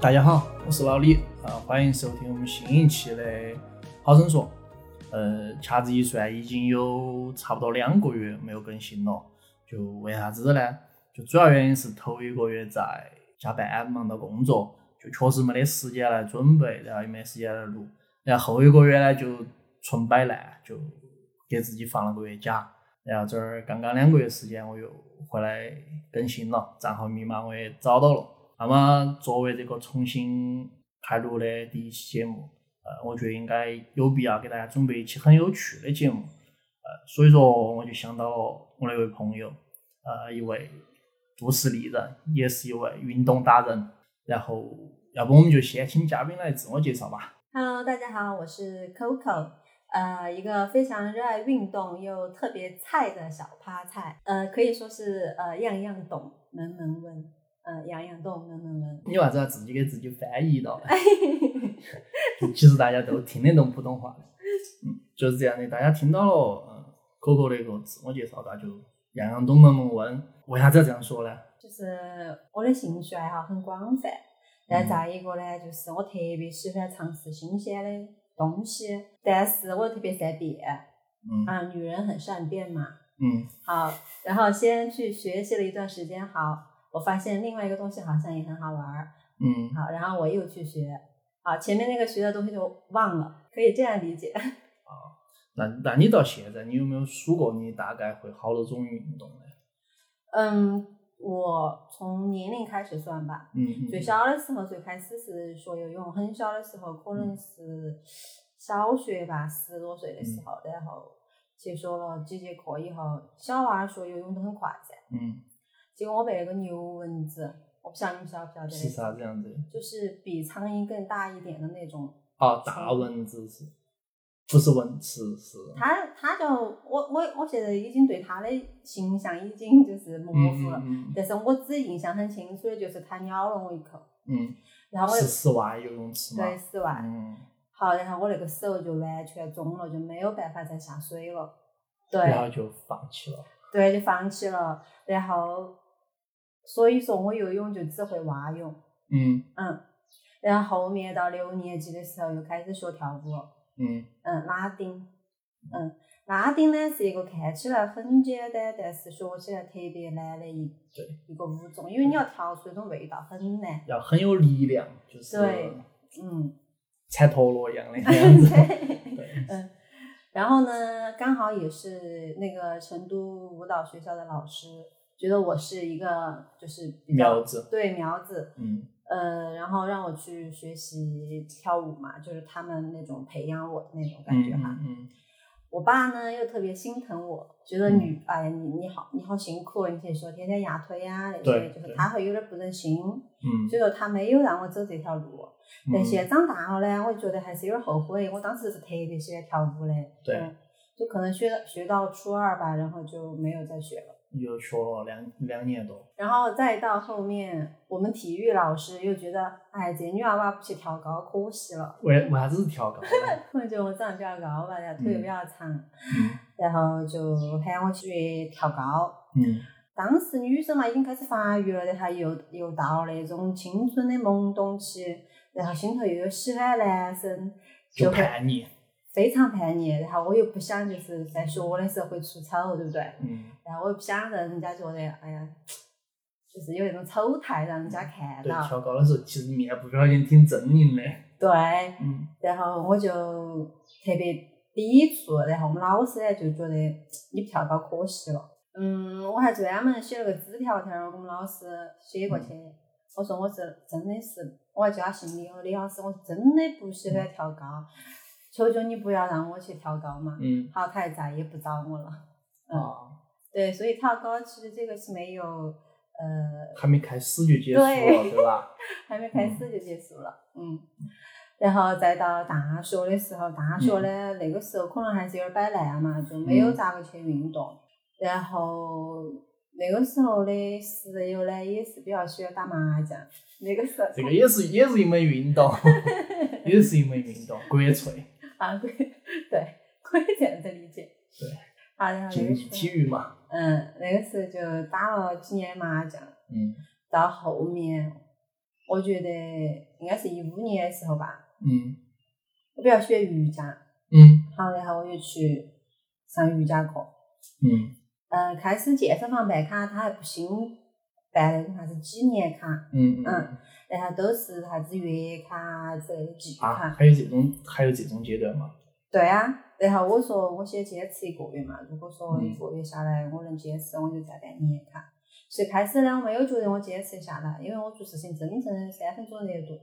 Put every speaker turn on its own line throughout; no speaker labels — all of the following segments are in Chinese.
大家好，我是老李啊，欢迎收听我们新一期的《好生说》。呃，掐指一算，已经有差不多两个月没有更新了。就为啥子呢？就主要原因是头一个月在加班，忙到工作，就确实没得时间来准备，然后也没时间来录。然后后一个月呢，就纯摆烂，就给自己放了个月假。然后这儿刚刚两个月时间，我又回来更新了，账号密码我也找到了。那么作为这个重新开录的第一期节目，呃，我觉得应该有必要给大家准备一期很有趣的节目。呃，所以说我就想到了我的一位朋友，呃，一位都市丽人，也是一位运动达人。然后，要不我们就先请嘉宾来自我介绍吧。
Hello，大家好，我是 Coco，呃，一个非常热爱运动又特别菜的小趴菜，呃，可以说是呃样样懂，门门温，呃，样样动，门门温。
你为啥子要自己给自己翻译 到呢？就其实大家都听得懂普通话的，嗯，就是这样的。大家听到了，嗯，Coco 的一个自我介绍，大家就样样懂门门温。为啥子要这样说呢？
就是我的兴趣爱好很广泛，然后再一个呢，就是我特别喜欢尝试新鲜的东西，但是我又特别善变
嗯
啊，女人很善变嘛，
嗯
好，然后先去学习了一段时间，好，我发现另外一个东西好像也很好玩儿，
嗯，
好，然后我又去学，好，前面那个学的东西就忘了，可以这样理解。
那那你到现在，你有没有数过你大概会好多种运动呢？
嗯，我从年龄开始算吧，
嗯，嗯
最小的时候最开始是学游泳，很小的时候可
嗯
能是小学吧，十多岁的时
嗯
候，然后接受了几节课以后，小娃儿学游泳都很快噻，
嗯
结果我被那个牛蚊子，我不晓得你们晓不晓得那
是
个。
啥子样子？
就是比苍蝇更大一点的那种。
哦，大蚊子是，不是蚊子是？
它它就我我我现在已经对它的形象已经就是模糊了，
嗯
但是我只印象很清楚的就是它咬了我一口，
嗯
然
嗯，
后我
是室外游泳池吗？
对室外，
嗯，
好，然后我那个手就完全肿了，就没有办法再下水了。
然
对
后就放弃了。
对，就放弃了。然后所以说我游泳就只会蛙泳，
嗯
嗯。然后后面到六年级的时候又开始学跳舞，
嗯
嗯，拉丁，嗯，拉丁呢是一个看起来很简单，但是学起来特别难的一
对
一个舞种，因为你要调出那种味道很难。
要很有力量，就是
对嗯，
缠陀螺一样 的那样子。嗯对，
嗯然后呢，刚好也是那个成都舞蹈学校的老师觉得我是一个就是比较
苗子
对苗子，
嗯
呃，然后让我去学习跳舞嘛，就是他们那种培养我的那种感觉哈。
嗯
我爸呢又特别心疼我，觉得女，哎呀，你你好，你好辛苦，啊你去说天天压腿呀、那
对
些，就是
对
他啊会有点不忍心，
嗯
所以说他没有让我走这条路。但现在长大了呢，我觉得还是有点后悔，我当时是特别喜欢跳舞的，
对
嗯，就可能学学到初二吧，然后就没有再学了。
嗯又学了两两年多。
然后再到后面，我们体育老师又觉得，哎，这女娃娃不去跳高可惜了，
为为啥子是跳高呢？
可能觉得我长得比较高吧，然后腿又比较长，
嗯
然后就喊我去跳高。
嗯
当时女生嘛已经开始发育了，然后又又到那种青春的懵懂期，然后心头又有喜欢男生，
就
会
叛逆。
非常叛逆。然后我又不想就是在学的时候会出丑，对不对？
嗯，
然后我又不想让人家觉得，哎呀，就是有那种丑态让人家看
对，
到。
跳高的时候其实面部表情挺狰狞的。
对，
嗯
然后我就特别抵触，然后我们老师呢就觉得你跳高可惜了。嗯，我还专门写了个纸条条儿，我们老师写过去，我说我是真的是，我还叫他姓李，我说李老师，我真的不喜欢跳高，求求你不要让我去跳高嘛。
嗯
好，他还再也不找我了。嗯
啊，
对，所以跳高其实这个是没有，呃，
还没开始就结束了，
对
对吧？
还没开始就结束了，嗯。然后再到大学的时候，大学
嗯
呢、那个时候可能还是有点摆烂啊嘛，就没有咋个去运动。然后那个时候的室友呢也是比较喜欢打麻将，那个时候
这个也是也是一门运动， 也是一门运动，国粹
啊，可以对，可以这样子理解。
对。
好，然后那
竞
个
技体
时候，
育嘛。
嗯，那个时候就打了几年麻将，
嗯
到后面我觉得应该是一五年的时候吧，
嗯
我比较喜欢瑜伽，
嗯
好，然后我就去上瑜伽课。
嗯
嗯，开始健身房办卡，他还不兴办那种啥子几年卡，
嗯
嗯，然后都是啥子月卡之类的季度
啊，
卡。
还有这种还有这种阶段嘛？
对啊，然后我说我先坚持一个月嘛，如果说
嗯
一个月下来我能坚持，我就再办年卡。所以开始呢，我没有觉得我坚持得下来，因为我做事情真正的三分钟热度。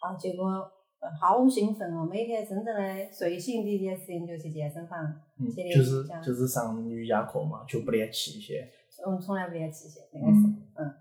啊，结果呃好兴奋哦，每天真正的睡醒第一件事情就去健身房，
嗯，
这里
就是
这样
就是上瑜伽课嘛，就不练器械。
嗯，从来不练器械，那个是。
嗯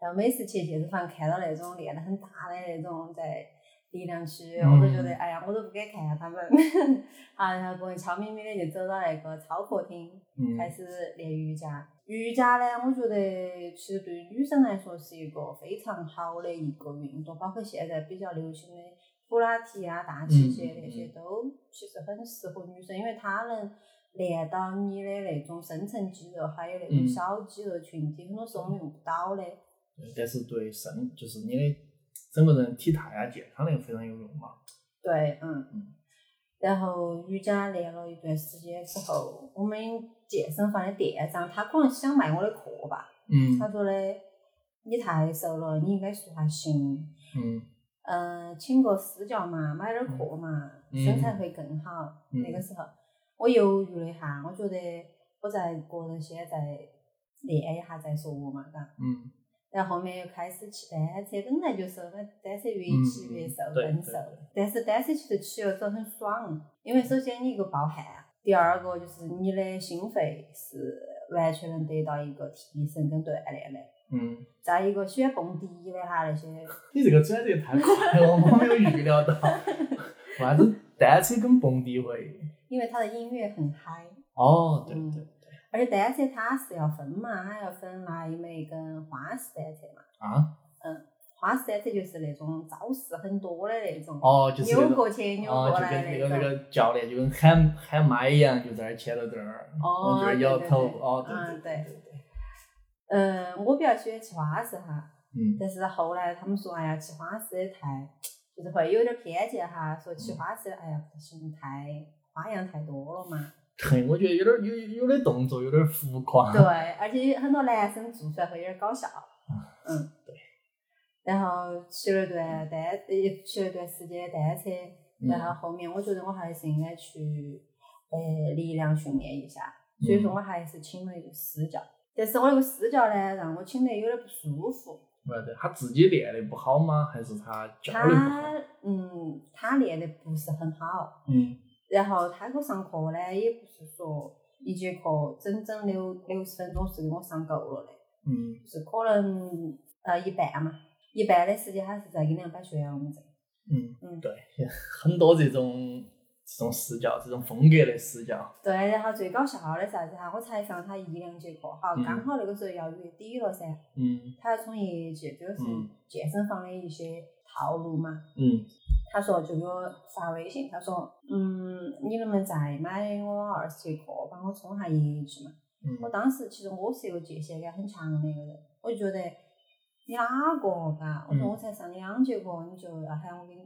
然后每次去健身房看到那种练得很大的那种在力量区，
嗯
我都觉得哎呀，我都不敢看他们。 啊，然后过后悄咪咪的就走到那个操课厅
嗯
开始练瑜伽。瑜伽呢，我觉得其实对于女生来说是一个非常好的一个运动，包括现在比较流行的普拉提啊、
嗯
大器械那些都其实很适合女生，因为它能练到你的那种深层肌肉，还有那种
嗯
小肌肉群体，很多时候我们用不到的。
对但是对身就是你的整个人体态啊、健康那个非常有用嘛。
对，嗯
嗯。
然后瑜伽练了一段时间之后，我们健身房的店长他可能想卖我的课吧，
嗯
他说的你太瘦了，你应该塑下形，
嗯
嗯、请个私教嘛，买点儿课嘛，
嗯
身材会更好。
嗯
那个时候我犹豫了一下，我觉得我再个人先再练一下再说嘛，嘎。
嗯
然后后面又开始骑单车，本来就瘦，那单车越
嗯
骑越
嗯
瘦，
对
更
对
瘦
对。
但是单车其实骑了之后很爽，因为首先你一个暴汗，第二个就是你的心肺是完全能得到一个提升跟锻炼的。
嗯，
再一个喜欢蹦迪的哈那些，
你这个转折太快了，我没有预料 到。啥子单车跟蹦迪会？
因为它的音乐很嗨，
哦，对
嗯
对对
而且单车它是要分嘛，它要分辣妹跟花式单车嘛。
啊，
花式单车就是那种招式很多的那种，
哦，就是那
扭
种。
过去扭
哦，
过
就
来
跟
的
那
种。
个那个教练就跟喊喊麦一样，就在那儿牵到这儿，往这
哦
边摇
对对
头，
对
哦，
嗯
对对对，
嗯，我比较喜欢吃花式哈，
嗯
但是后来他们说，哎呀，吃花式的太，就是会有点偏见哈，说
嗯
吃花式的，哎呀，不行，太花样太多了嘛。
对，我觉得有点有有的动作有点浮夸， 嗯
对，而且很多男生做出来会有点搞笑。嗯，对。然后骑了段单，呃，骑了段时间单车，然
嗯
后后面我觉得我还是应该去，呃，力量训练一下。
嗯
所以说我还是请了一个私教，但是我那个私教呢，让我请得有点不舒服。
为啥子？他自己练的不好吗？还是他教的不好？
他嗯，他练得不是很好，
嗯
然后他给我上课呢，也不是说一节课整整六六十分钟是给我上够了的，
嗯
就是可能呃一半嘛，一半的时间他是在给两摆学员我们这。
嗯
嗯
对，很多这种这种私教，这种风格的私教，
对，然后最搞笑的是啥子哈？我才上他一两节课，好，
嗯
刚好那个时候要月底了噻，
嗯
他要冲业绩，就是
嗯
健身房的一些套路嘛。
嗯
他说就给我发微信，他说，嗯，你能不能再买我二十节课，帮我冲下业绩嘛？我
嗯
当时其实我是一个界限感很强的一个人，我就觉得你哪个嘎？我说
嗯
我才上两节课，你就要喊我给你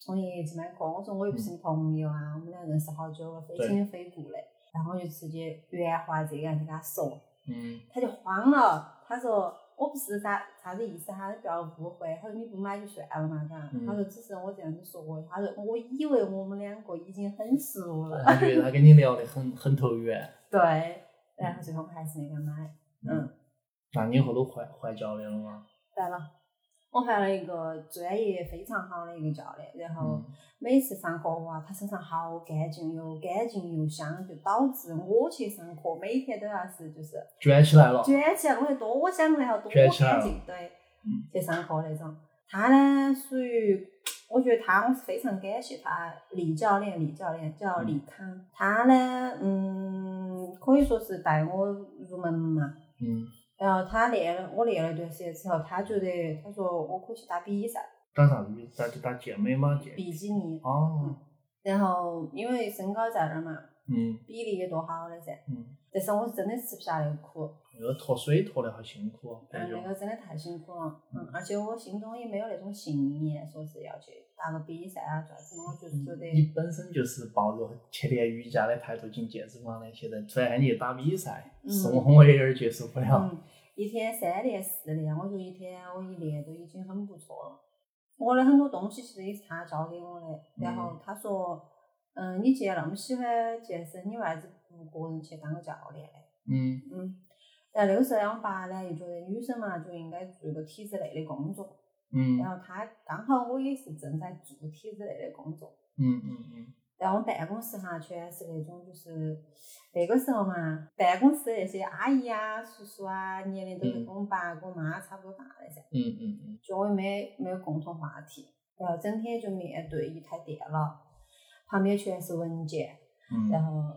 冲业绩买课，我说我又不是你朋友啊，我们俩认识好久了，非
嗯对
亲非故的。然后我就直接原话这个样子跟他说，
嗯
他就慌了，他说我不是啥啥子意思哈，你不要误会。他说你不买就算了嘛，嘎、
嗯
他说只是我这样子说过，他说我以为我们两个已经很熟了。
他觉得他跟你聊得很很投缘，
对，然后最后我还是没敢买，嗯，
那你后头换换教练了吗？
换了。我换了一个专业非常好的一个教练，然后
嗯
每次上课哇，他身上好干净，又干净又香，就导致我去上课每天都要是就是
卷起来了，
卷起来，我得多香，然后多
卷起来
干
了
净，对
嗯，
去上课那种。他呢，属于我觉得他，我是非常感谢他李教练，李教练叫
嗯
李康，他呢，嗯，可以说是带我入门嘛。
嗯，
然后呃他练了，我练了一段时间之后，他觉得他说我可以去打比赛，
打啥子比？打打健美吗？健
比基尼。
哦，
然后因为身高在那儿嘛，
嗯
比例也多好的噻。
嗯
但是我是真的吃不下那个苦，
那个脱水脱得好辛苦，啊感
嗯，
觉
那个真的太辛苦了，嗯，而且我心中也没有那种信念，说是要去打个比赛啊，做什么，我就是觉
你
得，
本身就是抱着去练瑜伽的态度进健身房的，现在突然喊你打比赛，
嗯
是我有点接受不了。
嗯，一天三练四练，我觉得一天我一练都已经很不错了。我的很多东西其实也是他教给我的，然后他说，嗯，你既然那么喜欢健身，你为啥子不个人去当个教练呢？
嗯
嗯，然后那个时候呢，我爸呢又觉得女生嘛就应该做一个体制内的工作，
嗯
然后他刚好我也是正在做体制内的工作，
嗯嗯
然后我们办公室哈全是那种就是那个时候嘛，办公室那些阿姨啊、叔叔啊，年龄都是
嗯
跟我爸跟我妈差不多大的噻，
嗯嗯嗯
就我也没没有共同话题，然后整天就面对一台电脑，旁边全是文件，
嗯
然
嗯，
后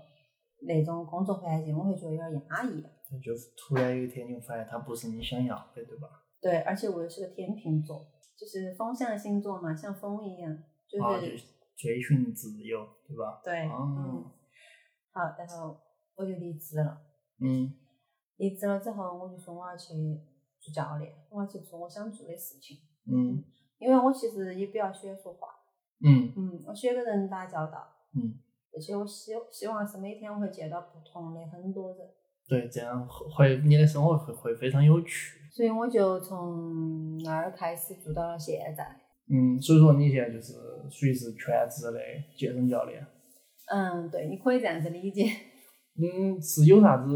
那种工作环境我会觉得有点压抑。啊
就突然有一天你会发现它不是你想要的，对吧？
对，而且我又是个天秤座，就是风象星座嘛，像风一样，就是、
啊，就追寻自由，对吧？
对，
哦
嗯，好，然后我就离职了。
嗯
离职了之后，我就说我要去做教练，我要去做我想做的事情，
嗯
因为我其实也比较喜欢说话，
嗯
嗯，我喜欢跟人打交道，
嗯，
而且我希希望是每天我会见到不同的很多人，
对，这样会会你的生活会会非常有趣。
所以我就从那儿开始做到了现在。
嗯，所以说你现在就是属于是全职的健身教练。
嗯，对，你可以这样子理解。
嗯，是有啥子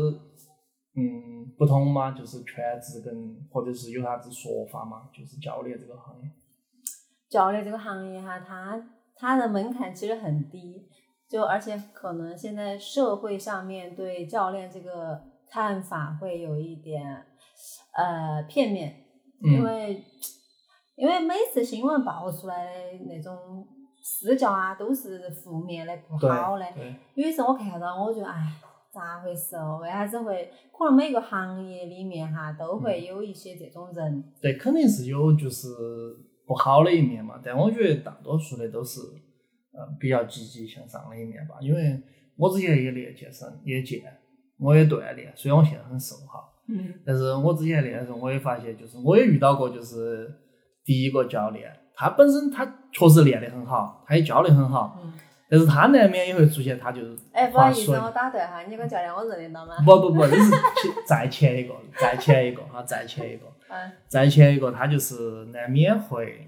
嗯不同吗？就是全职跟或者是有啥子说法吗？就是教练这个行业。
教练这个行业哈，它它的门槛其实很低，就而且可能现在社会上面对教练这个看法会有一点呃片面，因
嗯
为、因为每次新闻爆出来的那种私教啊，都是负面的、不好的。
对，
有些时候我看到，我就哎。咋回事哦？为啥子会？可能每个行业里面哈，都会
嗯
有一些这种人，
对，肯定是有就是不好的一面嘛，但我觉得大多数的都是呃比较积极向上的一面吧，因为我之前也练健身，也健，我也锻炼，虽然我现在很瘦哈，
嗯
但是我之前练的时候，我也发现，就是我也遇到过，就是第一个教练，他本身他确实练得很好，他也教得很好，
嗯。
但是他难免也会出现，他就是
哎，不好
划
意思，
水
我打断哈，你那个教练我认得到吗？
不不不，你是前再前一个，再前一个哈，再前一个，
嗯
再前一个，他就是难免会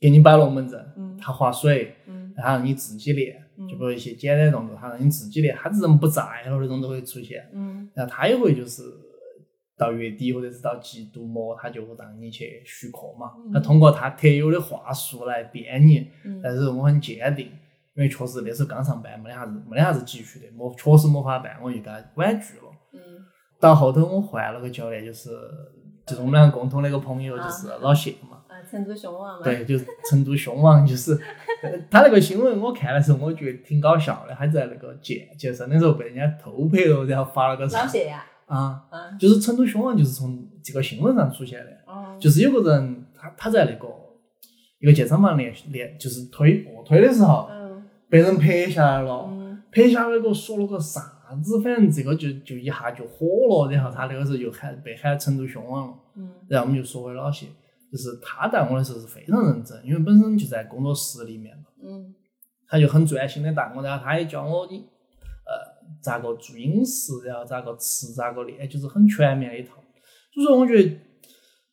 给你摆龙门阵，
嗯
他划水，
嗯
然后让你自己练，
嗯
就比如一些简单的动作，他让你自己练，他人不在了那种都会出现。
嗯
然后他也会就是到月底或者是到季度末，他就会让你去续课嘛
嗯。
他通过他特有的话术来编你，
嗯
但是我很坚定，因为确实那时候刚上班，没得啥子没得啥子积蓄的，我确实没法办，我就给他婉拒了。
嗯
到后头我换了个教练，就是就是我们两个共同的一个朋友，就是老谢嘛。
啊，成都熊王嘛，
对，就是成都凶王，就是 呃他那个新闻我看的时候，我觉得挺搞笑的。他在那个健健身的时候被人家偷拍了，然后发了个
老谢呀，
啊，
啊，
就是成都凶王就是从这个新闻上出现的，
哦，
就是有个人他他在那个一个健身房练练，就是推卧推的时候
嗯
被人拍下来了，
嗯
拍下来给我说了个啥子，反正这个就就一下就火了，然后他那个时候就喊被喊成都凶王了，
嗯
然后我们就说回老谢，就是他带我的时候是非常认真，因为本身就在工作室里面嘛，
嗯
他就很专心的带我，然后他也教我你呃咋个做饮食，然后咋个吃，咋个练，哎就是很全面的一套。所以说，我觉得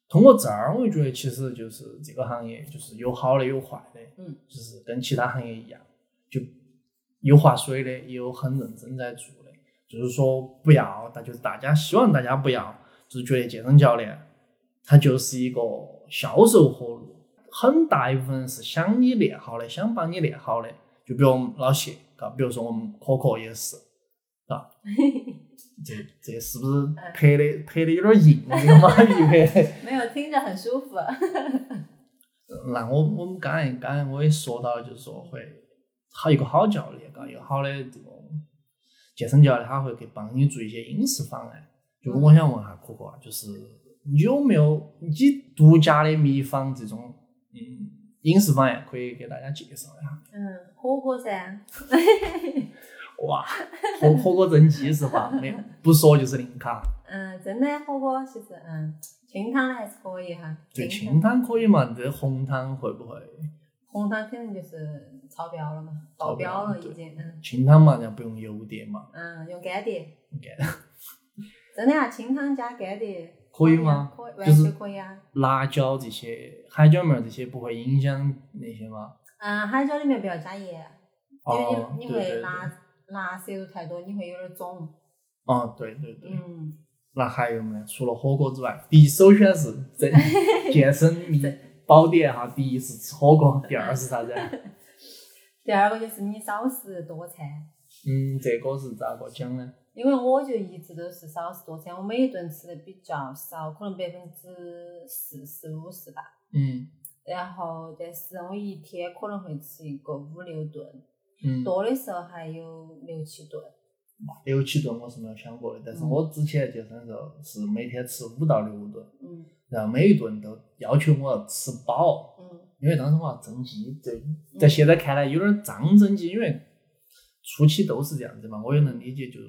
通过这儿，我就觉得其实就是这个行业就是有好的有坏的，
嗯，
就是跟其他行业一样，就有划水的，也有很认真在做的。就是说不要，那就是大家希望大家不要，就是觉得健身教练他就是一个销售活路，很大一部分是想你练好的，想把你练好的。就比如我们老谢，啊，比如说我们可可也是，啊，这这是不是拍的拍的有点硬？啊这个马屁拍的。
没有，听着很舒服，
那我我们刚才刚才我也说到了，就是说会好一个好教练，嘎，一个好的这个健身教练，他会给帮你做一些饮食方案。就我想问下可可啊，就是你有没有你独家的秘方这种嗯饮食方案可以给大家介绍一下？
嗯，火锅噻，
哇，火火锅蒸鸡是吧？没有不说就是零卡。
嗯，蒸奶火锅其实嗯，清汤的还是可以哈。
对，清汤可以嘛？这红汤会不会？
红汤肯定就是超标了嘛，爆标了已经。嗯
清汤嘛，人家不用油碟嘛，
嗯，用干碟，
应该
真的啊，清汤加干碟
可以吗？
可以，完
就是
全可以啊。
辣椒这些、海椒面儿这些不会影响那些吗？
嗯，海椒里面不要加盐，因为
哦，
你
对
你会
对对，
辣辣摄入太多，你会有点肿。
哦，对对对。
嗯。
那还有没？除了火锅之外，第一首选是这健身宝典哈，第一是吃火锅，第二是啥子？啊
第二个就是你少食多餐，
嗯，这个是咋个讲呢？
因为我就一直都是少食多餐，我每一顿吃的比较少，可能百分之四十五十吧。
嗯
然后，但是我一天可能会吃一个五六顿，
嗯，
多的时候还有六七顿。
六七顿我是没有想过的，但是
嗯
我之前健身的时候是每天吃五到六顿，
嗯
然后每一顿都要求我要吃饱，
嗯
因为当时我要增肌，对，在现在看来有点脏增肌，因为初期都是这样子嘛，我也能理解，就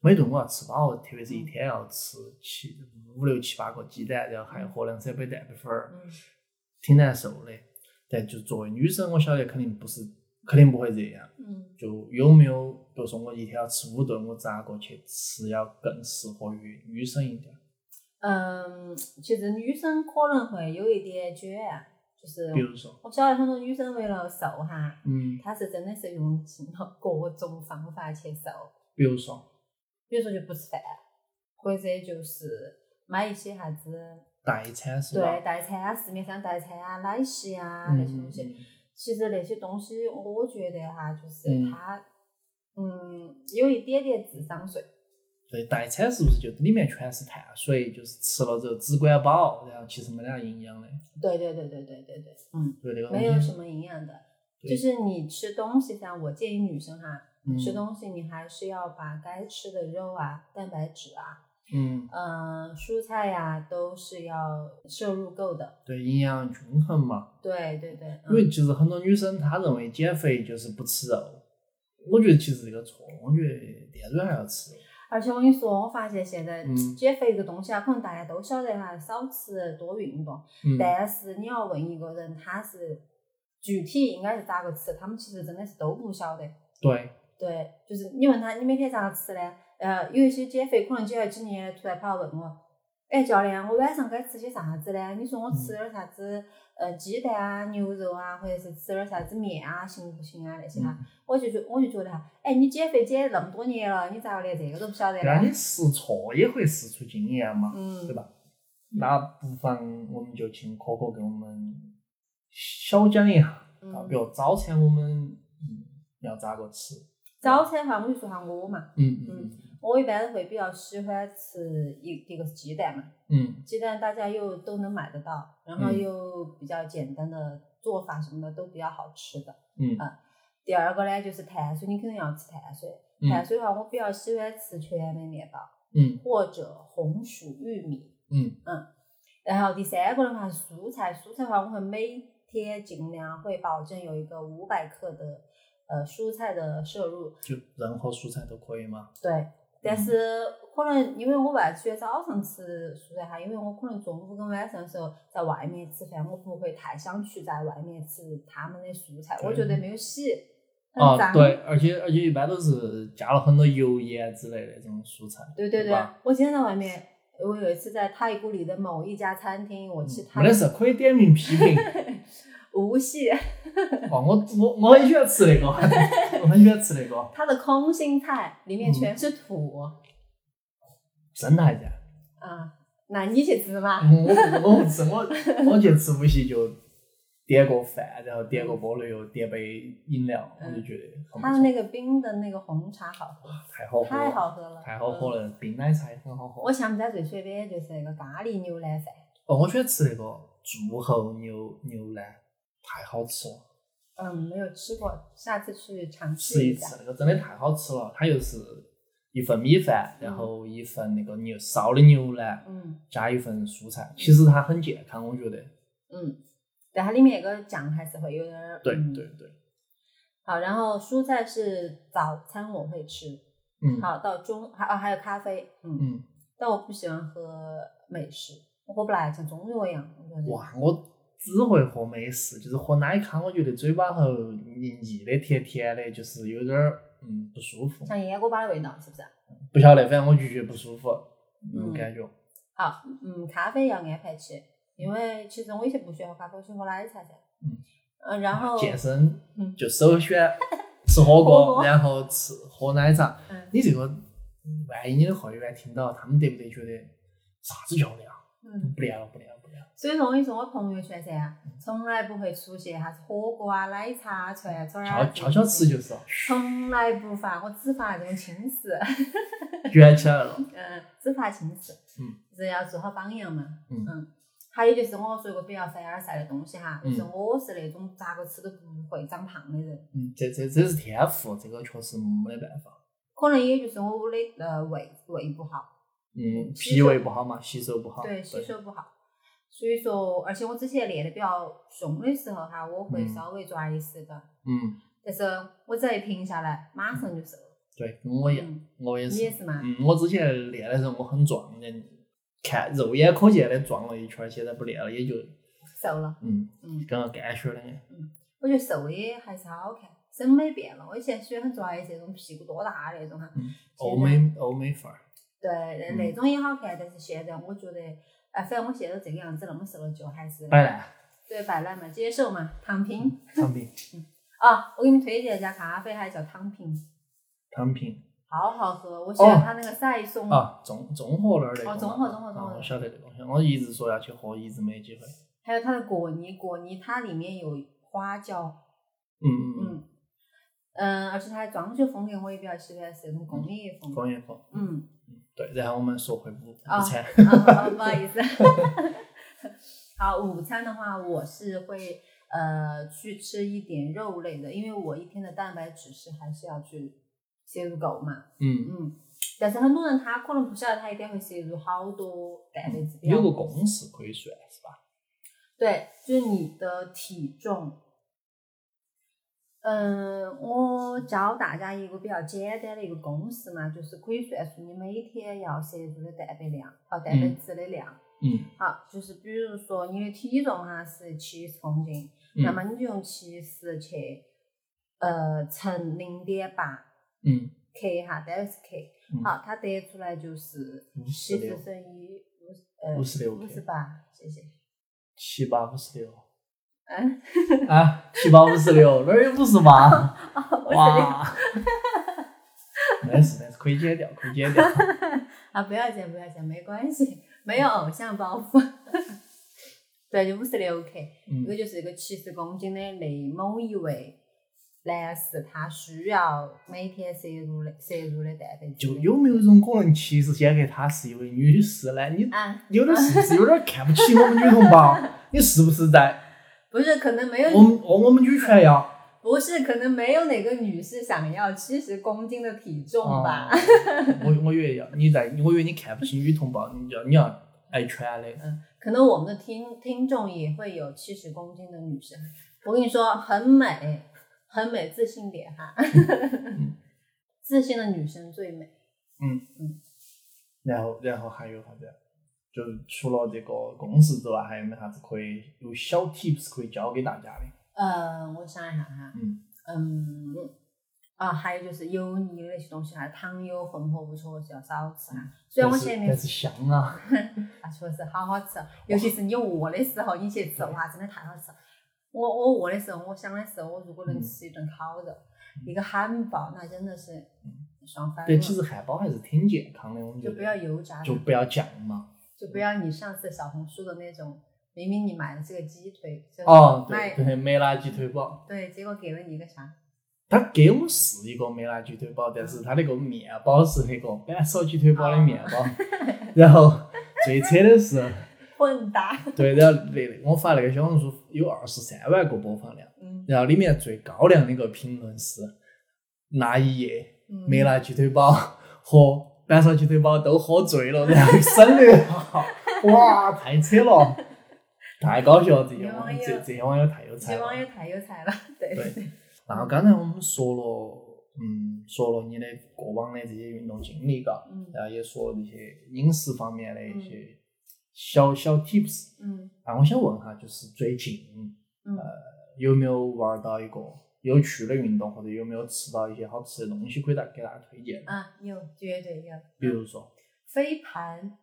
每顿我要吃饱，特别是一天要吃七五六七八个鸡蛋，然后还有喝两三杯蛋白粉儿，
嗯
挺难受的。但就作为女生，我晓得肯定不是，肯定不会这样。
嗯
就有没有，比如说我一天要吃五顿，我咋个去吃要更适合于女生一点？
嗯，其实女生可能会有一点卷，就是
比如说，
我晓得很多女生为了瘦哈，
嗯，
她是真的是用尽了各种方法去瘦。
比如说
比如说就不吃饭，或者就是买一些啥子
代餐是吧？
对代餐啊，市面上代餐啊、奶昔啊
嗯
那些东西。其实那些东西，我觉得哈，就是
嗯
它，嗯，有一点点智商税。
对，代餐是不是就里面全是碳水，就是吃了之后只管饱，然后其实没啥营养的，
对对对对对对对，嗯，
对那个
没有
东
什
西。
么营养的。
对
就是你吃东西上，我建议女生哈，
嗯
吃东西你还是要把该吃的肉啊、蛋白质啊、
嗯，
嗯、蔬菜呀、都是要摄入够的。
对，营养均衡嘛。
对对嗯对，
因为其实很多女生她认为减肥就是不吃肉，我觉得其实这个错，我觉得淀粉还要吃。
而且我跟你说，我发现现在
嗯
减肥这个东西啊，可能大家都晓得哈，少吃多运动。
嗯，
但是你要问一个人，他是具体应该是咋个吃，他们其实真的是都不晓得。
对，
对，就是你问他，你每天咋个吃呢？呃，有一些减肥可能减了几年，突然跑来问我，哎，教练，我晚上该吃些啥子呢？你说我
嗯
吃点儿啥子，呃，鸡蛋啊、牛肉啊，或者是吃点儿啥子面啊，行不行啊？那些哈，
嗯，
我就觉我就觉得哈，哎，你减肥减那么多年了，你咋个连这个都不晓得
对啊，
呢？
你试错也会试出经验嘛，
嗯，
对吧？那不妨我们就请可可给我们小讲一下，啊，比
嗯，
如早餐我们嗯要咋个吃？
早餐的话，我就说下我嘛，
嗯嗯
我一般会比较喜欢吃一一个是鸡蛋嘛，
嗯。
鸡蛋大家又都能买得到，然后
嗯
又比较简单的做法什么的都比较好吃的。
嗯
第二个呢就是碳水，你肯定要吃碳水，碳
嗯
水的话，我比较喜欢吃全麦面包
嗯
或者红薯玉米。
嗯
然后第三个的话是蔬菜，蔬菜的话我会每天尽量会保证有一个五百克的呃蔬菜的摄入，
就任何蔬菜都可以吗？
对，但是可能因为我外出早上吃蔬菜哈，因为我可能中午跟晚上的时候在外面吃饭，我不会太想去在外面吃他们的蔬菜，
对
我觉得没有洗，很
啊，
脏。
对，而且而且一般都是加了很多油盐之类的那种蔬菜，
对对对
吧？
我今天在外面，我有一次在太古里的某一家餐厅，我吃他
嗯没得
们
事，可以点名批 评。
无锡，
哇，我我我很喜欢吃那个，我很喜欢吃那个
它的空心菜里
嗯
面全是土，
生态噻。
啊，那你去吃嘛。
嗯我不我不吃，我我去吃无锡就点个饭，然后点个菠萝油，点杯饮料，我就觉得很不
它的
错，
那个冰的那个红茶好喝，
太嗯好喝
太
了，
好喝了，
太好喝
嗯。
了，冰奶茶也很好喝
我。想不起来最随便就是那个咖喱牛腩饭，
哦，我喜欢吃那个柱侯牛牛腩，太好吃了。
嗯，没有吃过，下次去尝
吃
试
一
下。
次，那个真的太好吃了。它又是一份米饭，然后一份那个牛烧的牛腩，
嗯
加一份蔬菜。其实它很健康，我觉得。
嗯，但它里面那个酱还是会有点儿。
对
嗯
对。对，
好，然后蔬菜是早餐我会吃，
嗯
好到中还哦还有咖啡，嗯，
嗯
但我不喜欢喝美式，我喝不来，像中药一样，我觉得。
哇，我只会喝美式，就是喝奶咖，我觉得嘴巴头腻腻的、甜甜的，就是有点儿嗯不舒服。
像烟锅巴的味道，是不是？
不晓得，反正我就觉得不舒服，那种
嗯
感觉。
好，嗯，咖啡要安排起，因为其实我以前不喜欢喝咖啡，我喜欢喝奶茶噻。
嗯。
嗯，然后。
健身
嗯
就首选吃火
火
锅，
锅
然后吃喝奶茶。
嗯
你这个，嗯万一你的会员听到，他们得不得觉得啥子教练啊？
嗯。
不聊了，不聊了，不聊了。
所以说，我跟你说，我朋友圈噻，啊
嗯
从来不会出现啥子火锅啊、奶茶啊、串串啊
悄。悄悄吃。就是了，
从来不发，我只发这种轻食，
卷起来了。
嗯，只发轻食，
嗯，
就是要做好榜样嘛，
嗯
还有就是我说一个比较凡尔赛的东西哈，
嗯
就是我是那种咋个吃都不会长胖的人，
嗯，这这这是天赋，这个确实没得办法。
可能也就是我的呃胃胃不好，
嗯，
吸
脾
收
胃不好嘛，吸收不好。
对，吸。收不好。所以说，而且我之前练得比较凶的时候哈，我会
嗯
稍微抓一丝的，
嗯，
但是我只要一停下来，马上就瘦了。
对，跟我一样，
嗯，
我也哎
你
是。
也是嘛？
嗯，我之前练的时候我很壮的，看肉眼可见的壮了一圈儿，现在不练了，也就
瘦了，
嗯，
嗯，
跟个干血儿的。
我觉得瘦的还是好看，审美变了。我以前喜欢抓一些那种屁股多大的那种哈，
嗯
现
欧
在
美欧美范儿，
对，
嗯
那种也好看，但是现在我觉得，哎，反正我现在这个样子那么瘦了，就还是
摆烂，
对摆烂嘛，接受嘛，躺平
躺平，
啊！我给你们推荐一家咖啡，还叫躺平，
躺平
好好喝，我喜欢它那个赛 松，
哦啊，中中和那儿的。
哦中和中和中和
啊我晓得这个东西，我一直说要去喝，一直没机会。
还有它的果泥，果泥它里面有花椒，
嗯嗯
嗯嗯，而且它的装修风格我也比较喜欢，是那种工业
嗯，
风，
工业风。
嗯，
对，然后我们说回午午
啊
餐。
啊，不好意思。 好，午餐的话，我是会呃去吃一点肉类的，因为我一天的蛋白质是还是要去摄入够嘛。
嗯，
嗯，但是很多人他可能不晓得，他一天会摄入好多蛋白质。比较
有个公式可以算是吧？
对，就是你的体重。嗯，我教大家一个比较简单的一个公式嘛，就是可以算出你每天要摄入的蛋白量，哦，蛋白
嗯
质的量。
嗯
好，就是比如说你的体重哈是七十公斤，那
嗯
么你就用七十去，呃，乘零点八
嗯
k 哈，单位是 k，、
嗯
好，它得出来就是七
56
十乘以五十，呃，
五十六
五十八，谢谢。
七八五十六
嗯，
啊，七八五十六， 哪儿有五十八？
五十六
哇，没事没事，可以剪掉，可以 剪掉。
啊，不要紧，不要紧，没关系，没有偶像包袱。对，就五十六 k，这个
嗯
就是一个七十公斤的那某一位男士，他需要每天摄入的摄入的蛋白质
就
量。
有没有一种可能，其实先给她是一位女士呢？你
啊，
有点是不是有点看不起我们女同 胞？你是不是在
不是，可能没有
我们我我们女权要？
不是，可能没有哪个女士想要七十公斤的体重吧？
啊我我以为要你在，我以为你看不起女同胞，你要你要爱权啊的。
嗯，可能我们的听听众也会有七十公斤的女生。我跟你说，很美，很美，自信点哈。
嗯
自信的女生最美。
然后，然后还有啥子？就是除了这个公式之外，还有没有啥子可以有小 tips 可以教给大家的？
呃，我想一下哈，
嗯
嗯，啊，还有就是油腻的那些东西哈，糖油混合物确实要少吃
嗯
哈。虽然我
但是
现在
但是香 啊，
啊，确实好好吃，尤其是你饿的时候，你去吃，哇，真的太好吃了。我我饿的时候，我想的是，我如果
嗯
能吃一顿烤肉，一个汉堡，那真的是爽
嗯
翻
对，
了。
其实汉堡还是挺健康的，我们觉
就
得
不要油炸的，
就不要酱嘛。
就不要你上次小红书的那种，明明你买的这个鸡腿，就是
哦，对
卖
对，梅辣鸡腿堡，
对，结果给了你一个啥？
他给我是一个梅辣鸡腿堡，但是他那个面包是那个板烧鸡腿堡的面包，
哦
然后最扯的是，
混搭，
对，然后那我发那个小红书有二十三万个播放量，
嗯
然后里面最高量的一个评论是那一夜。
嗯，
梅辣鸡腿堡 和板烧鸡腿堡都喝醉了，然后省略号， 哇，太扯了，太搞笑了！这些网友，这这些网友太有
这
才
些
了
网。友太有才了，对
对，然后刚才我们说了嗯，说了你的过往的这些运动经历，嘎，
嗯
然后也说了这些饮食方面的一些小小 tips。
嗯
啊，我想问哈，就是最近
嗯
有没有玩到一个有趣的运动，或者有没有吃到一些好吃的东西，可以大给大家推荐？
啊，有绝对有，
比如说
飞盘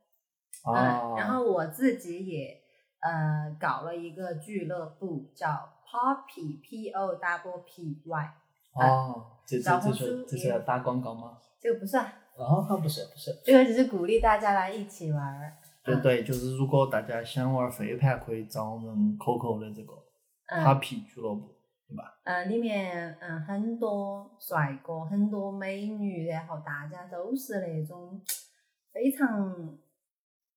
啊，
嗯然后我自己也呃搞了一个俱乐部，叫 Poppy P O W P Y，
哦，这这
小
这
红
就
书
这
也
是要打广告吗？
这个不算，
啊，它不是不是，
这个只是嗯鼓励大家来一起玩儿。
对对，就是如果大家想玩飞盘，可以找我们 Coco 的这个
嗯
Happy 俱乐部。
呃，里面嗯很多帅哥，很多美女，然后大家都是那种非常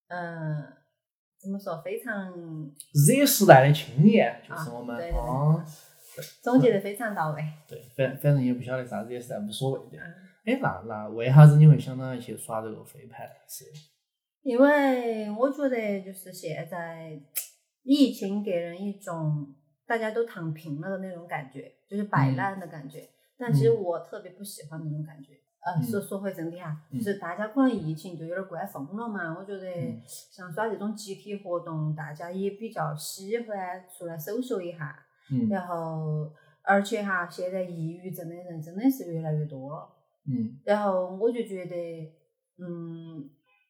呃怎么说，非常
Z 时代的青年，就
啊
是我们
对对对
啊，
总结的非常到位。
对，反反正也不晓得啥子 Z 时代，无所谓的。
嗯
哎，那那为啥子你会想到去耍这个飞盘？是
因为我觉得就是现在疫情给人一种大家都躺平了的那种感觉，就是
嗯
摆烂的感觉。但其实我特别不喜欢那种感觉。呃，
嗯
说说回正题啊，
嗯
就是大家可能疫情就有点关疯了嘛。我觉得
嗯
像耍这种集体活动，大家也比较喜欢出来搜索一下。
嗯
然后，而且哈，现在抑郁症的人真的是越来越多了。
嗯
然后我就觉得，嗯，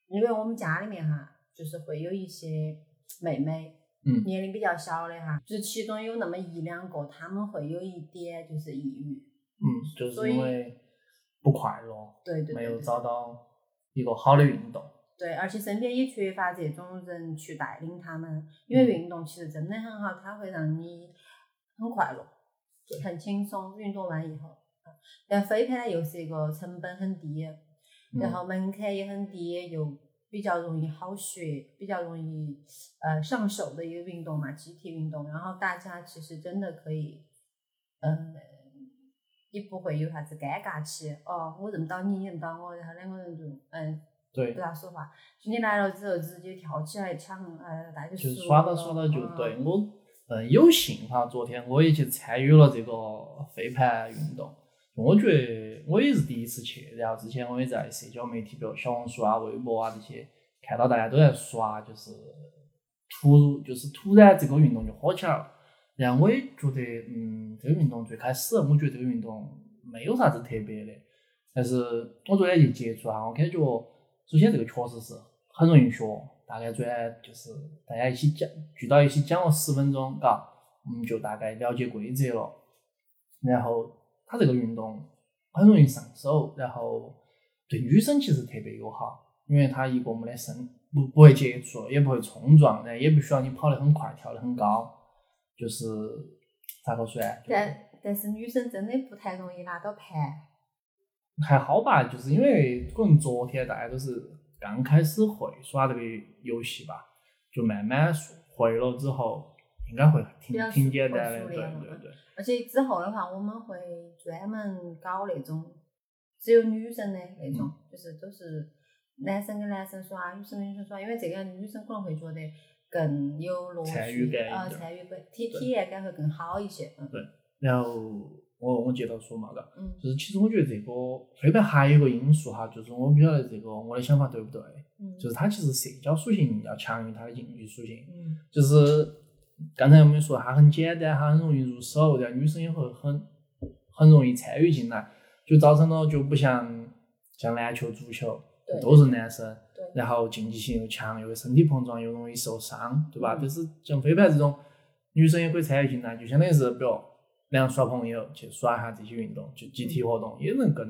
因为我们家里面哈，就是会有一些妹妹，
嗯
年龄比较小的哈，就是其中有那么一两个，他们会有一点就是抑郁，
嗯，就是
所以
因为不快乐，
对对
没
对
有
对
找到一个好的运动。
对，而且身边也缺乏这种人去带领他们，因为运动其实真的很好，它会让你很快乐
对，
很轻松。运动完以后，啊但飞盘呢又是一个成本很低，然后门槛也很低，又比较容易好学，比较容易呃上手的一个运动嘛，集体运动。然后大家其实真的可以，嗯，也不会有啥子尴尬期哦，我认不到你，你认不到我，然后两个人就嗯
对
不，咋说话。就你来了之后，直接跳起来抢，呃，大家
就是
输
耍到
了
耍到就
嗯
对我，嗯，有幸哈，昨天我也去参与了这个飞盘运动。我觉得我也是第一次去，然后之前我也在社交媒体，比如小红书啊、微博啊这些，看到大家都在耍，就是突如就是突然这个运动就火起来了。然后我也觉得，嗯，这个运动最开始我觉得这个运动没有啥子特别的，但是我昨天一接触啊，我感觉首先这个确实是很容易学，大概昨天就是大家一起讲，聚到一起讲了十分钟，嘎，我们就大概了解规则了。然后它这个运动很容易上手，然后对女生其实特别友好，因为它一个没得身不不会接触，也不会冲撞，然后也不需要你跑得很快，跳得很高，就是咋个说呢？就是
但但是女生真的不太容易拿到盘，
还好吧，就是因为可能昨天大家都是刚开始会耍这个游戏吧，就慢慢会了之后，应该会挺
比较
挺简单
熟
的，对
练了
对对，
而且之后的话，我们会专门搞那种只有女生的那种，
嗯
就是都是男生跟男生啊耍，女生跟女生耍，因为这样女生可能会觉得更有乐趣，
参与感一
呃，
点
参与感体
对
体验感会更好一些。嗯
对然后我我接着说嘛，嘎，
嗯
就是其实我觉得这个飞盘还有一个因素哈，就是我不晓得这个我的想法对不对，
嗯，
就是它其实社交属性要强于它的竞技属性，
嗯
就是刚才我们说它很简单，它很容易入手，然后女生也会很很容易参与进来，就造成了就不像像篮球、足球
对
都是男生，
对
然后竞技性又强，又会身体碰撞，又容易受伤，对吧？
嗯
但是像飞盘这种，女生也可以参与进来，就相当于是比如两个耍朋友去耍一下这些运动，就集体活动也能更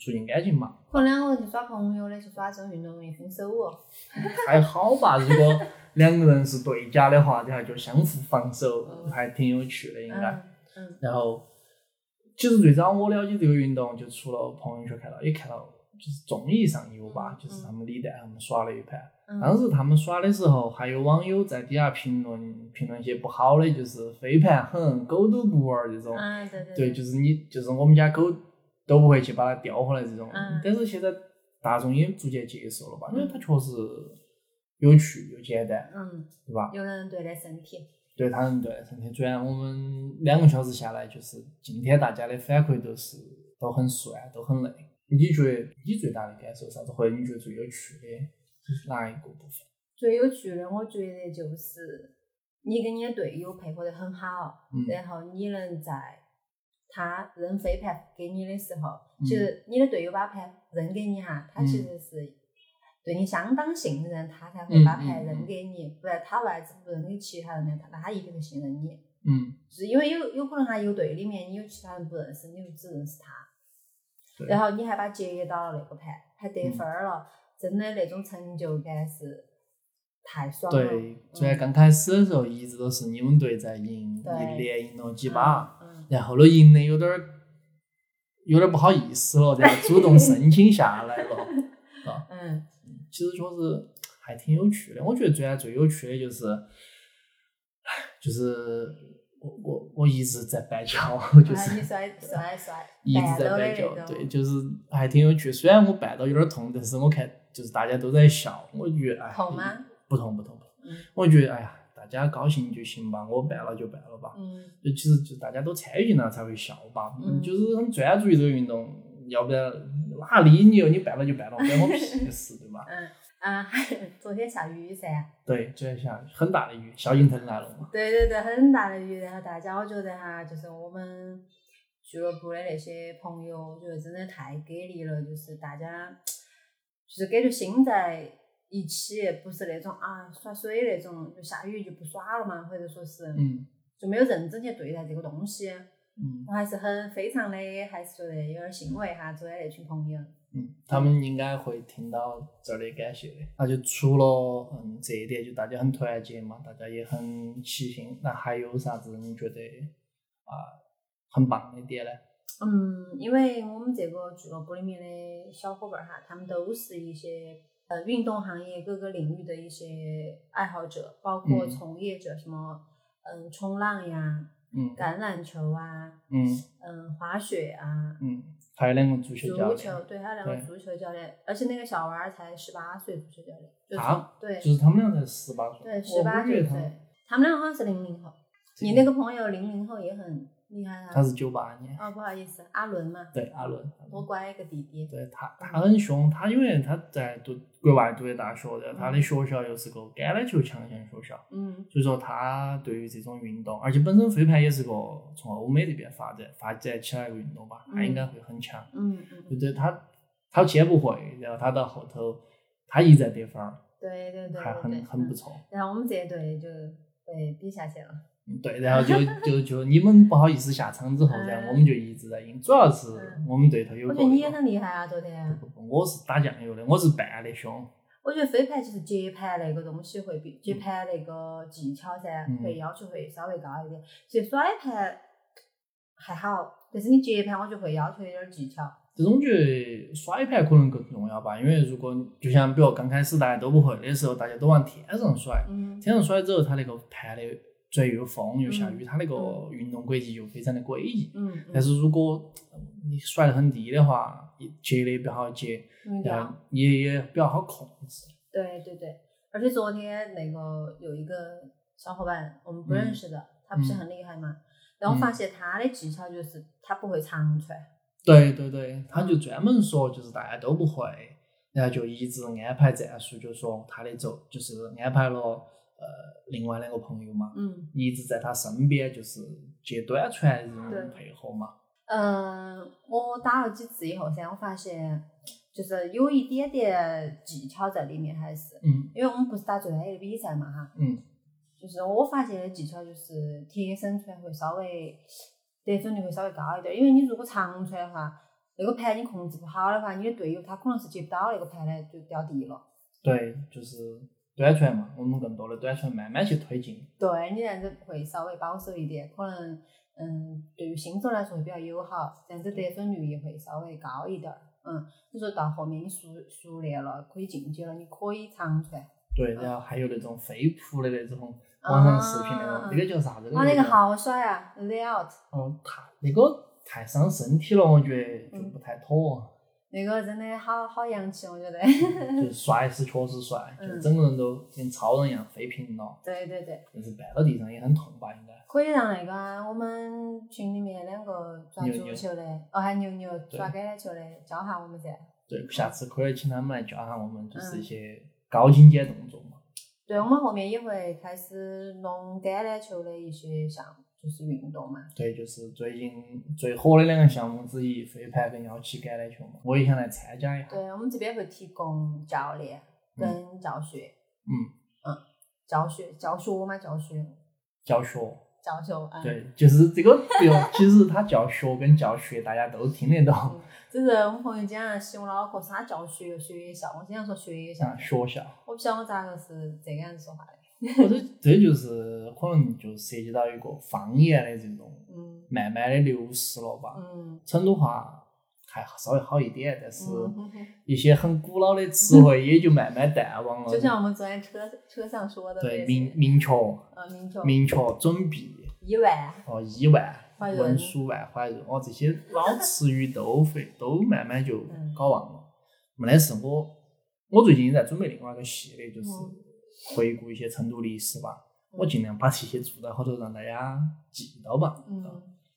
促进感情嘛。
可能两个人去耍朋友的去耍这种运动容易分手哦。
还好吧，如果两个人是对家的话，然后就相互防守，
嗯
还挺有趣的应该。
嗯嗯
然后，其实最早我了解这个运动，就除了朋友圈看到，也看到就是综艺上有吧，就是他们李诞他们耍了一盘。当
嗯，
时他们耍的时候，还有网友在底下评论评论一些不好的，就是飞盘狠，狗都不玩儿这种。
啊对对
对，就是你，就是我们家狗都不会去把它叼回来这种。
嗯
但是现在大众也逐渐接受了吧，因为它
嗯
确实有趣又简单，
嗯，
对吧？
有的人对待身体，
对它能对身体。虽然我们两个小时下来，就是今天大家的反馈都是都很酸，都很累。你觉得你最大的感受是啥子？或者你觉得最有趣的是哪一个部分？
最有趣的，我觉得就是你跟你的队友配合得很好，
嗯
然后你能在他扔飞盘给你的时候，
嗯
其实你的队友把盘扔给你哈，他
嗯
其实是对你相当信任，他才
嗯
会把盘
嗯
扔
嗯
给你，不然他为啥子不扔给其他人呢？那他一定不信任你，
嗯，
就是因为有有可能哈，有队里面你有其他人不认识，你就只认识他。
对嗯
然后你还把接到了那个盘，还得分儿了，真的那种成就感是太爽了。
对
嗯，
虽然刚开始的时候一直都是你们队在赢，
对
一连赢了几把，，
嗯，
然后头赢的有点儿有点儿不好意思了，然后主动申请下来 了。
嗯嗯
其实确实还挺有趣的。我觉得最最有趣的就是，唉就是我我我一直在搬桥， 就
啊，
是
你摔摔摔，
一直在
绊
搬
倒
脚
的，那
对，
种，
就是还挺有趣。虽然我绊到有点痛，但是我看就是大家都在笑，我觉得哎，
痛吗？
不痛不痛不痛
嗯，
我觉得哎呀，大家高兴就行吧，我绊了就绊了吧。
嗯，
就其实就大家都参与进来才会笑吧，
嗯
就是很专注于这个运动，要不然哪理你哟？你绊了就绊了，关我屁事，对吧？
啊， 昨天下雨噻，
对，昨天下很大的雨，萧敬腾来了嘛。
对对对，很大的雨，然后大家我觉得哈，就是我们俱乐部的那些朋友，我觉得真的太给力了，就是大家就是感觉心在一起，不是那种啊耍水那种，就下雨就不耍了嘛，或者说是
嗯
就没有认真去对待这个东西。
嗯
我还是很非常的，还是觉得有点欣慰哈，昨天那群朋友。
嗯，他们应该会听到这儿的感谢的。那就除了嗯这一点，就大家很团结嘛，大家也很齐心。那还有啥子你觉得啊很棒的点呢？
嗯，因为我们这个俱乐部里面的小伙伴儿哈，他们都是一些呃运动行业各个领域的一些爱好者，包括
嗯
从业者，什么嗯冲浪呀、
嗯
橄榄球啊、
嗯
嗯滑雪啊、
嗯，还有两个足球教
足
练
球，，对，还有两个
对
足球教练，而且那个小娃儿才十八岁，足球教练，就
啊
从对
就是他们俩才十八岁，
对
我
十八
我觉
岁
得他
对，他们俩好像是零零后，你那个朋友零零后也很厉害啊
他。是九八年，
哦，不好意思，阿伦嘛，
对阿伦，阿伦
多乖一个弟弟。
对他，他很凶。他因为他在读国外读的大学的，他的学校又是个橄榄球强项学校，
嗯
所以说他对于这种运动，而且本身飞盘也是个从欧美这边发展发展起来的运动吧，他应该会很强。
嗯嗯，
对
嗯
对，他他先不会，然后他到后头他一直在得分儿，
对对对对，
还
对
很很不。
嗯
错。
然后我们这一队就被比下去了。
嗯对，然后就就就你们不好意思下场之后，
嗯
然后我们就一直在赢，主要是
嗯
我们队头有
我
个
觉得你也很厉害啊，昨天。
不不不我是打酱油的，我是拌的凶。
我觉得飞盘就是接盘那个东西会比接盘那个技巧噻，
嗯
会要求会稍微高一点。其实甩盘还好，但是你接盘我就会要求有点技巧。
这种觉得甩盘可能更重要吧，因为如果就像比如刚开始大家都不会的时候，大家都往天上甩，
嗯
天上甩之后，它那个盘的虽然又风又下雨，它那个运动轨迹就非常的诡异。
嗯，
但是如果嗯你甩得很低的话，接的也比较好接，
嗯
然后也也比较好控制。
对对对，而且昨天那个有一个小伙伴，我们
嗯
不认识的，他不是很厉害嘛？然后发现他的技巧就是他不会长传，
对对对，他就专门说就是大家都不会，然后就一直安排战术，就说他的走就是安排了呃另外两个朋友嘛，
嗯
一直在他身边，就是接短传这
对
种配合嘛。
嗯、呃我打了几次以后噻，我发现就是有一点点技巧在里面，还是
嗯
因为我们不是打专业的比赛嘛哈，
嗯
就是我发现的技巧就是贴身传会稍微得分率会稍微高一点，因为你如果长传的话，那个盘你控制不好的话，你的队友他可能是接不到那个盘的，就掉地了。
对，就是短传嘛，我们更多的短传慢慢去推进。
对你这样子会稍微保守一点，可能嗯，对于新手来说会比较友好，这样子得分率也会稍微高一点儿。嗯，你说到后面你熟熟练了，可以晋级了，你可以长传。
对，然后还有那种飞扑的那种网上视频那
啊
种，那个叫啥子？
啊，那个，好帅啊，layout。
哦，太那个太伤身体了，我觉得就不太妥。
那个真的好好洋气，我觉得。
就是帅是确实帅，就
嗯
整个人都跟超人一样飞平了，
对对对，
但是绊到地上也很痛吧？应该
可以让那个我们群里面两个抓
牛牛
足球的，哦，还有牛牛
对
抓橄榄球的教下我们噻。
对，下次可以请他们来教下我们，就是一些高精尖动作嘛。
对，我们后面也会开始弄橄榄球的一些项目，就是运动嘛。
对，就是最近最火的两个项目之一，飞盘跟腰旗橄榄球嘛，我也想来参加一下。
对，我们这边会提供教练跟教学，
嗯，
教学教学嘛，教学
教学，
教学啊。嗯，
对，就是这个不用，其实它教学跟教学大家都听得到，
只是嗯我朋友经常洗我脑壳，是他叫学学校，我经常说学校，
像学校。
我不晓得我咋个是这个样子说话的。
或者这就是可能就涉及到一个方言的这种
嗯
慢慢的流失了吧。
嗯
成都话还稍微好一点，但是
嗯，
一些很古老的词汇也就慢慢淡忘了。
就像我们昨天车车上说的那
对
些，
明明确、
呃明确
明确、准备、
一万，
哦一万、
怀孕
文书万怀孕哦这些老词语都会都慢慢就
嗯
搞忘了。没得事，我我最近也在准备另外一个系列，就是
嗯
回顾一些成都历史吧。
嗯
我尽量把这些做到后头让大家记到吧。
嗯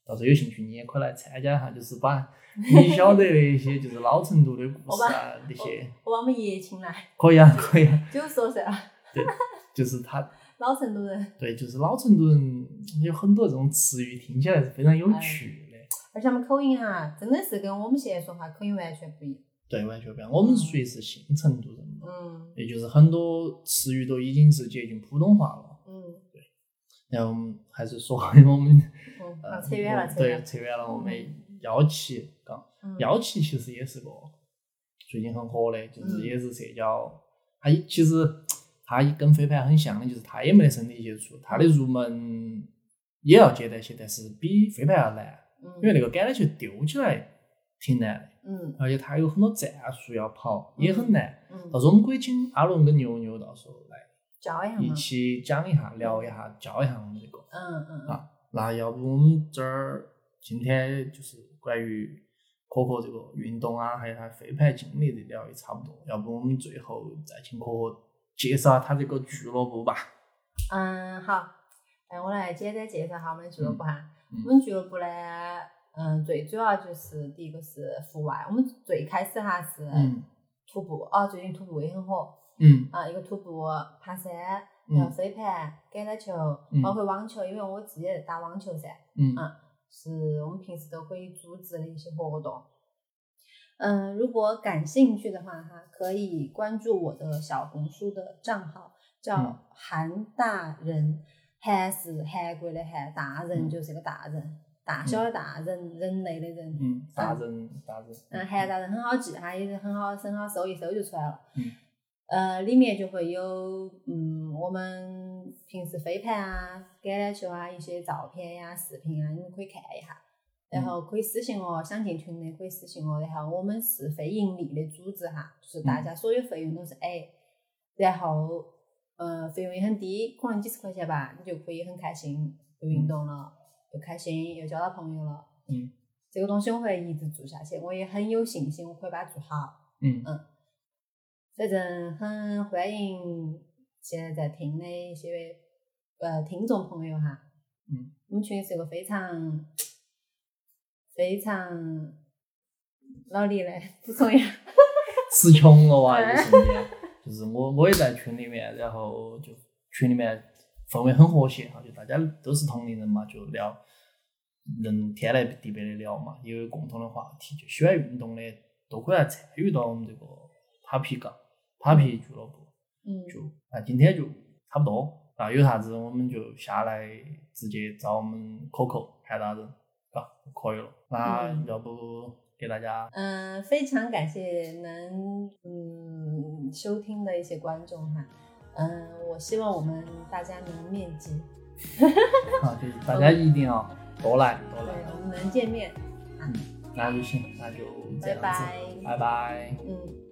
到时候有兴趣你也可以来参加一下，就是把 你晓得的一些就是老成都的故事啊那些，
我把我们爷请来，
可以啊可以啊，
九十多岁了，
就是他
老成都人，
对就是老成都人有很多这种词语听起来是非常有趣的。
而且我们口音哈，真的是跟我们现在说话口音完全不一样。
对，完全不一样。我们是属于是新成都人嘛，
嗯
也就是很多词语都已经是接近普通话了。
嗯
然后还是说我们
嗯，
呃
好，扯远了，扯远
对，
了。
扯远了。我们幺七刚。
嗯
幺七其实也是个最近很火的，就是
嗯
也是社交，它其实它跟飞盘很像的，就是它也没得身体接触，它的入门也要接待些，但是比飞盘要难，
嗯
因为那个橄榄球丢起来挺难的，
嗯
而且它有很多战术要跑，也很难。
嗯
到时候我们可以请阿龙跟牛牛到时候来
教一下
一
嘛。
起讲一下、聊一下、教一下我们这个。
嗯嗯嗯
啊，那要不我们这儿今天就是关于可可这个运动啊，还有他飞盘经历的聊也差不多，要不我们最后再请可可介绍他这个俱乐部吧。
嗯，好，哎，我来简单介绍下我们俱乐部哈。
嗯嗯
我们俱乐部呢，嗯，最主要就是第一个是户外，我们最开始哈是
嗯
徒步，哦，最近徒步也很火
嗯
啊，一个徒步、爬山，然后
嗯
飞盘、橄榄球
嗯，
包括网球，因为我自己也打网球噻。
嗯
啊是我们平时都可以组织的一些活动。嗯，如果感兴趣的话哈，可以关注我的小红书的账号，
嗯
叫韩大人，韩是韩国的韩，大人
嗯
就是个大人，大小的大人，人类的人。
嗯，大人大人，
嗯，韩大人很好记哈，也是很好很好搜，一搜就出来了。
嗯。
呃，里面就会有嗯，我们平时飞盘啊、橄榄球啊一些照片呀、视频啊，你们可以看一下。然后可以私信我，想进群的可以私信我。然后我们是非盈利的组织哈，就是大家所有费用都是 A，、然后呃费用也很低，可能几十块钱吧，你就可以很开心，又运动了，又开心，又交到朋友了。
嗯，
这个东西我会一直做下去，我也很有信心，我可以把它做好。
嗯
反正很欢迎现在在听的一些呃听众朋友哈，
嗯，
我们群是一个非常非常老李来补 充一下，
词穷了哇，就是你，就是我我也在群里面，然后就群里面氛围很和谐哈，就大家都是同龄人嘛，就聊，能天南地北的聊嘛，也有共同的话题，就喜欢运动的都可以来参与到我们这个 Papi 杠 Papi 俱乐部，
嗯，
就那今天就差不多，啊，有啥子我们就下来直接找我们 Coco 韩大人，啊，就可以了，那
嗯
要不给大家
嗯，非常感谢能嗯收听的一些观众哈，嗯，我希望我们大家能面基，
啊，就是大家一定要多来多
对
来。，
我们能见面，
那就行，那就这
拜
样子，
拜，
拜拜
嗯。